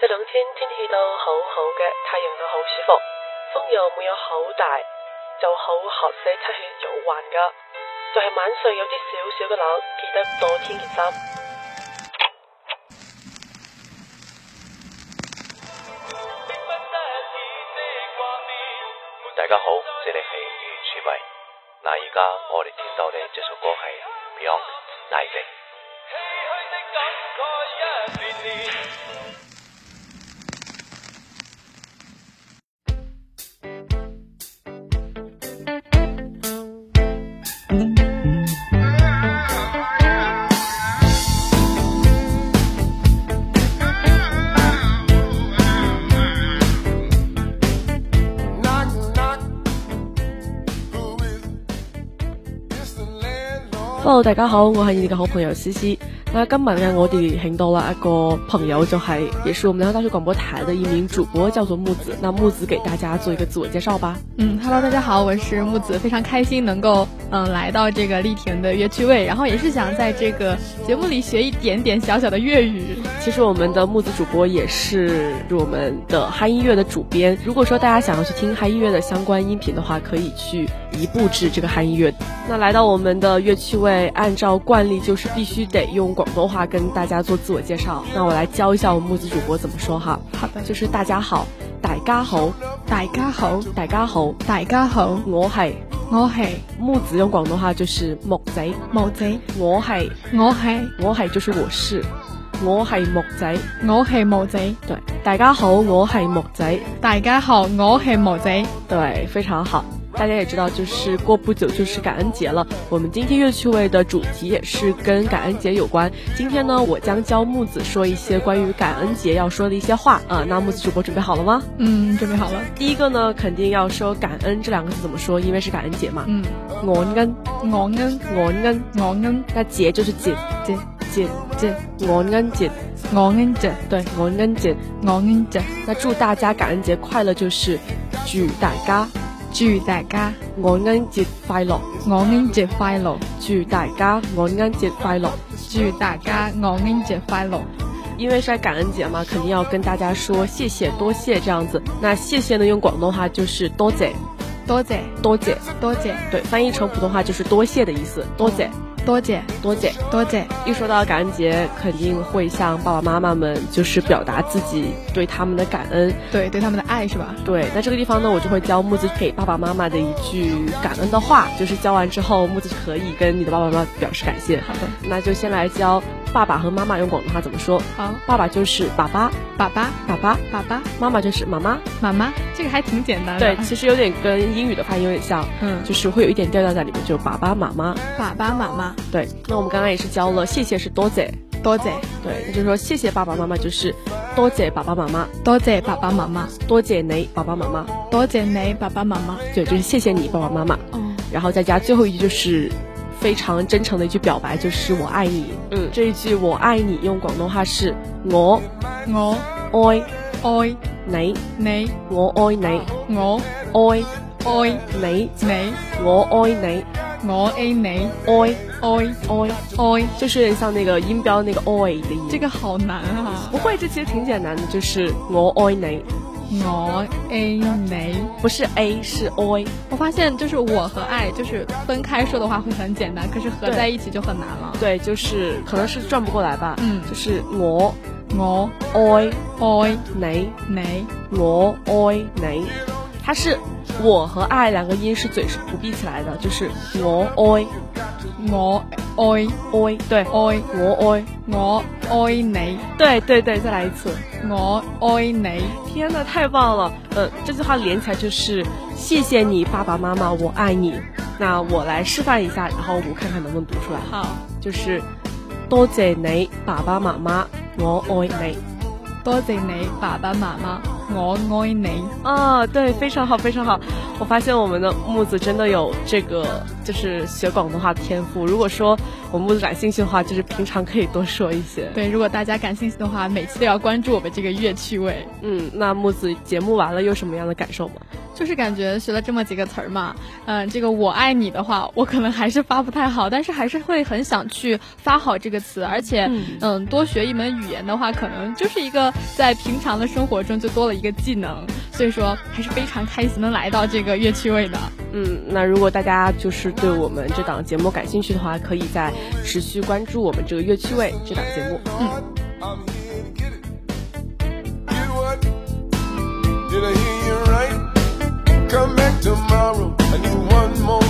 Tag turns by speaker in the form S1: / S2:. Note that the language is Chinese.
S1: 呢兩天天氣都好好嘅，太陽又好舒服，風又冇有好大，就好學寫出去做運噶。就係晚上有啲少少嘅冷，記得多添件衫。
S2: 大家好，這裡係粵語迷。嗱，而家我哋聽到嘅這首歌係 Beyond 大地。
S1: Hello，大家好，我係你哋嘅好朋友思思。那今日嘅我哋請到了一個朋友，就係、是、也是我們南開大學廣播台的一名主播，叫做木子。那木子給大家做一個自我介紹吧。
S3: 嗯，Hello，大家好，我是木子，非常开心能够嗯来到这个丽婷的乐趣位，然后也是想在这个节目里学一点点小小的粤语。
S1: 其实我们的木子主播也是我们的嗨音乐的主编。如果说大家想要去听嗨音乐的相关音频的话，可以去移步至这个嗨音乐。那来到我们的乐趣位，按照惯例就是必须得用广东话跟大家做自我介绍。那我来教一下我们木子主播怎么说哈，
S3: 好的，
S1: 就是大家好，大家好，
S3: 大家好，
S1: 大家好，
S3: 大家好，
S1: 我系
S3: 我系
S1: 木子，用广东话就是木仔，
S3: 毛仔，
S1: 我系
S3: 我系
S1: 我系就是我是，我系木仔，
S3: 我系毛仔，
S1: 对，大家好，我系木仔，
S3: 大家好，我系毛仔。
S1: 对，非常好。大家也知道，就是过不久就是感恩节了。我们今天乐趣味的主题也是跟感恩节有关。今天呢，我将教木子说一些关于感恩节要说的一些话啊、那木子主播准备好了吗？
S3: 嗯，准备好了。
S1: 第一个呢，肯定要说感恩这两个字怎么说，因为是感恩节嘛。
S3: 嗯，
S1: 感恩，
S3: 我恩
S1: 感恩，
S3: 我恩
S1: 那节就是节
S3: 节
S1: 节
S3: 节，
S1: 感恩节，
S3: 我恩节，
S1: 对，感恩节。
S3: 我恩节，
S1: 那祝大家感恩节快乐，就是祝大家
S3: 祝大家
S1: 感恩节快乐，
S3: 我恩节快乐，
S1: 祝大家感恩节快乐。
S3: 祝大家我恩节快乐。
S1: 因为是在感恩节嘛，肯定要跟大家说谢谢、多谢这样子。那谢谢呢，用广东话就是多谢、
S3: 多谢，
S1: 多谢，
S3: 多谢，
S1: 对，翻译成普通话就是多谢的意思，多谢、
S3: 多谢，
S1: 多谢。
S3: 多谢。
S1: 一说到感恩节，肯定会向爸爸妈妈们就是表达自己对他们的感恩。
S3: 对对他们的爱是吧？
S1: 对，那这个地方呢，我就会教木子给爸爸妈妈的一句感恩的话，就是教完之后，木子可以跟你的爸爸妈妈表示感谢。
S3: 好的，
S1: 那就先来教爸爸和妈妈用广东话怎么说。
S3: 好，
S1: 爸爸就是爸爸，
S3: 爸爸，
S1: 爸爸；
S3: 爸爸，
S1: 妈妈就是妈妈。
S3: 妈妈，这个还挺简单的。
S1: 对，，其实有点跟英语的发音有点像，
S3: 嗯，
S1: 就是会有一点调调在里面，就爸爸妈妈。
S3: 爸爸妈妈，
S1: 对，那我们刚刚也是教了，谢谢是多谢，
S3: 多谢，
S1: 对，那就是说谢谢爸爸妈妈就是多谢爸爸妈妈，
S3: 多谢爸爸妈妈，
S1: 多谢你爸爸妈妈，
S3: 多谢你爸爸妈妈。
S1: 对，就是谢谢你爸爸妈妈。
S3: 哦，
S1: 然后再加最后一句就是非常真诚的一句表白，就是我爱你。嗯，这一句我爱你用广东话是我
S3: 我
S1: 爱
S3: 哦爱
S1: 你，
S3: 你，
S1: 我爱你，
S3: 我
S1: 爱
S3: 爱
S1: 你，
S3: 你，
S1: 我爱你，
S3: 我爱你，
S1: 爱
S3: 爱
S1: 爱，
S3: 爱，
S1: 就是有点像那个音标那个爱的音。
S3: 这个好难啊！
S1: 不会，这其实挺简单的，就是我爱你，
S3: 我爱你。
S1: 不是 A 是 I。
S3: 我发现就是我和爱就是分开说的话会很简单，可是合
S1: 对
S3: 在一起就很难了。
S1: 对，就是可能是转不过来吧。
S3: 嗯
S1: 就是我
S3: 我
S1: 爱
S3: 爱
S1: 你，
S3: 你，
S1: 我爱你，它是我和爱两个音是嘴是不闭起来的，就是我爱
S3: 我爱
S1: 爱，对，
S3: 爱，
S1: 我爱，
S3: 我爱你，
S1: 对对对，再来一次。
S3: 我爱你，
S1: 天呐，太棒了！呃，这句话连起来就是谢谢你爸爸妈妈，我爱你。那我来示范一下，然后我看看能不能读出来。
S3: 好，
S1: 就是多谢你爸爸媽媽，我愛你。
S3: 多谢你爸爸妈妈，我爱你，
S1: 啊，对，非常好，非常好。我发现我们的木子真的有这个，就是学广东话的天赋。如果说我们木子感兴趣的话，就是平常可以多说一些。
S3: 对，如果大家感兴趣的话，每期都要关注我们这个乐趣味。
S1: 嗯，那木子节目完了有什么样的感受吗？
S3: 就是感觉学了这么几个词儿嘛，嗯、这个我爱你的话，我可能还是发不太好，但是还是会很想去发好这个词，而且，
S1: 嗯
S3: 嗯多学一门语言的话，可能就是一个在平常的生活中就多了一个技能，所以说还是非常开心能来到这个乐趣味的。
S1: 嗯，那如果大家就是对我们这档节目感兴趣的话，可以再持续关注我们这个乐趣味这档节目。
S4: I'm here to get it. Get what? Did I hear you right? Come back tomorrow. I need one more